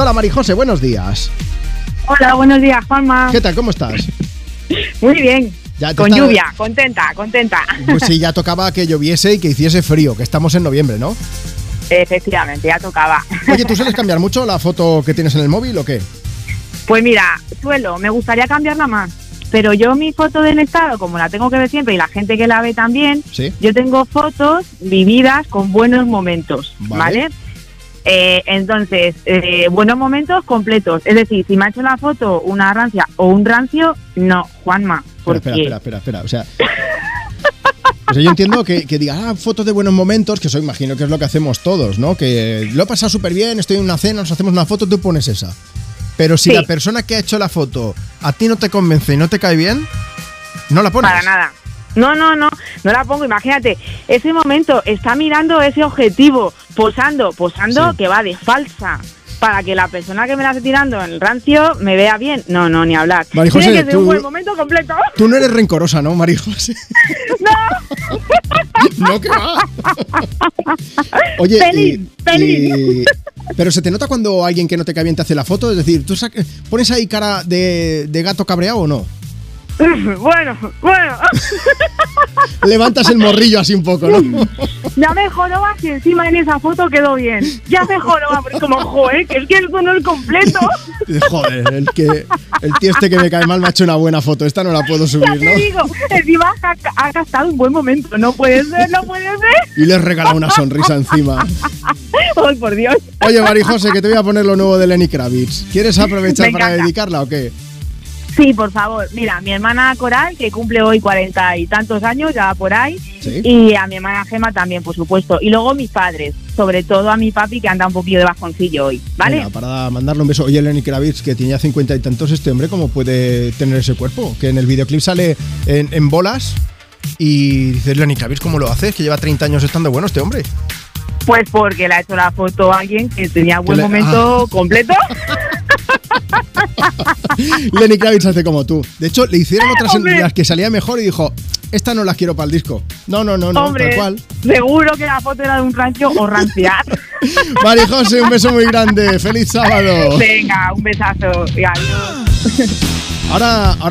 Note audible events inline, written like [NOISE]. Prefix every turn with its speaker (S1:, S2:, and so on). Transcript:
S1: Hola Marijose, buenos días.
S2: Hola, buenos días, Juanma.
S1: ¿Qué tal? ¿Cómo
S2: [LAUGHS]
S1: estás?
S2: Muy bien.
S1: Ya te
S2: Ah. Con
S1: está-
S2: lluvia, contenta, contenta. [LAUGHS]
S1: Pues sí, ya tocaba que lloviese y que hiciese frío, que estamos en noviembre, ¿no?
S2: Efectivamente, ya tocaba.
S1: Oye, ¿tú sueles cambiar mucho la foto que tienes en el móvil o qué?
S2: Pues mira, suelo, me gustaría cambiarla más. Pero yo mi foto del estado, como la tengo que ver siempre y la gente que la ve también,
S1: Sí.
S2: yo tengo fotos vividas con buenos momentos,
S1: Vale.
S2: ¿vale? Eh, entonces, eh, buenos momentos completos. Es decir, si me ha hecho la foto una rancia o un rancio, no, Juanma.
S1: Espera,
S2: Porque
S1: espera, espera, espera, espera, O sea. o sea, yo entiendo que, que diga, ah, fotos de buenos momentos, que eso imagino que es lo que hacemos todos, ¿no? Que lo he pasado súper bien, estoy en una cena, nos hacemos una foto, tú pones esa. Pero si
S2: Sí.
S1: la persona que ha hecho la foto a ti no te convence y no te cae bien, no la pones.
S2: Para nada. No, no, no, no la pongo. Imagínate, ese momento está mirando ese objetivo, posando, posando
S1: Sí.
S2: que va de falsa, para que la persona que me la esté tirando en el rancio me vea bien. No, no, ni hablar.
S1: Marijose,
S2: Tiene que ser
S1: tú-
S2: un buen momento completo. [LAUGHS]
S1: Tú no eres rencorosa, ¿no, Marijose? [LAUGHS] No. no, que va. Oye,
S2: Feliz,
S1: y-
S2: feliz.
S1: y- pero se te nota cuando alguien que no te cae bien te hace la foto, es decir, ¿tú sac- pones ahí cara de, de gato cabreado o no?
S2: bueno, bueno, [LAUGHS]
S1: Levantas el morrillo así un poco, ¿no?
S2: ya me joroba si encima en esa foto quedó bien. Ya me joroba, porque como, joder, que es que el tono es
S1: [LAUGHS]
S2: completo.
S1: [LAUGHS] Dices, Joder, el, que, el tío este que me cae mal me ha hecho una buena foto, esta no la puedo
S2: Ya
S1: subir,
S2: te
S1: ¿no?
S2: digo, encima ha, ha gastado un buen momento. No puede ser, no puede ser.
S1: Y le he regalado una sonrisa encima.
S2: Ay, por Dios.
S1: Oye, Marijose, que te voy a poner lo nuevo de Lenny Kravitz. ¿Quieres aprovechar
S2: Me
S1: para
S2: encanta.
S1: dedicarla o qué?
S2: Sí, por favor. Mira, mi hermana Coral, que cumple hoy cuarenta y tantos años, ya va por ahí.
S1: Sí.
S2: Y a mi hermana Gema también, por supuesto. Y luego mis padres, sobre todo a mi papi, que anda un poquillo de bajoncillo hoy, ¿vale?
S1: Venga, para mandarle un beso. Oye, Lenny Kravitz, que tenía cincuenta y tantos este hombre, ¿cómo puede tener ese cuerpo? Que en el videoclip sale en, en bolas y dices, Lenny Kravitz, ¿cómo lo haces? Que lleva 30 años estando bueno este
S2: [LAUGHS]
S1: hombre.
S2: Pues porque le ha hecho la foto a alguien que tenía buen
S1: le- Ah.
S2: momento completo.
S1: Lenny Kravitz hace como tú. De hecho, le hicieron otras en
S2: Hombre.
S1: las que salía mejor y dijo, esta no las quiero para el disco. No, [LAUGHS] no, no, no,
S2: Hombre,
S1: tal cual.
S2: seguro que la foto era de un rancho
S1: [LAUGHS]
S2: o ranciar.
S1: Mari José, un beso muy Oh.
S2: [LAUGHS]
S1: grande. Feliz sábado.
S2: Venga, un besazo y adiós.
S1: Ahora, ahora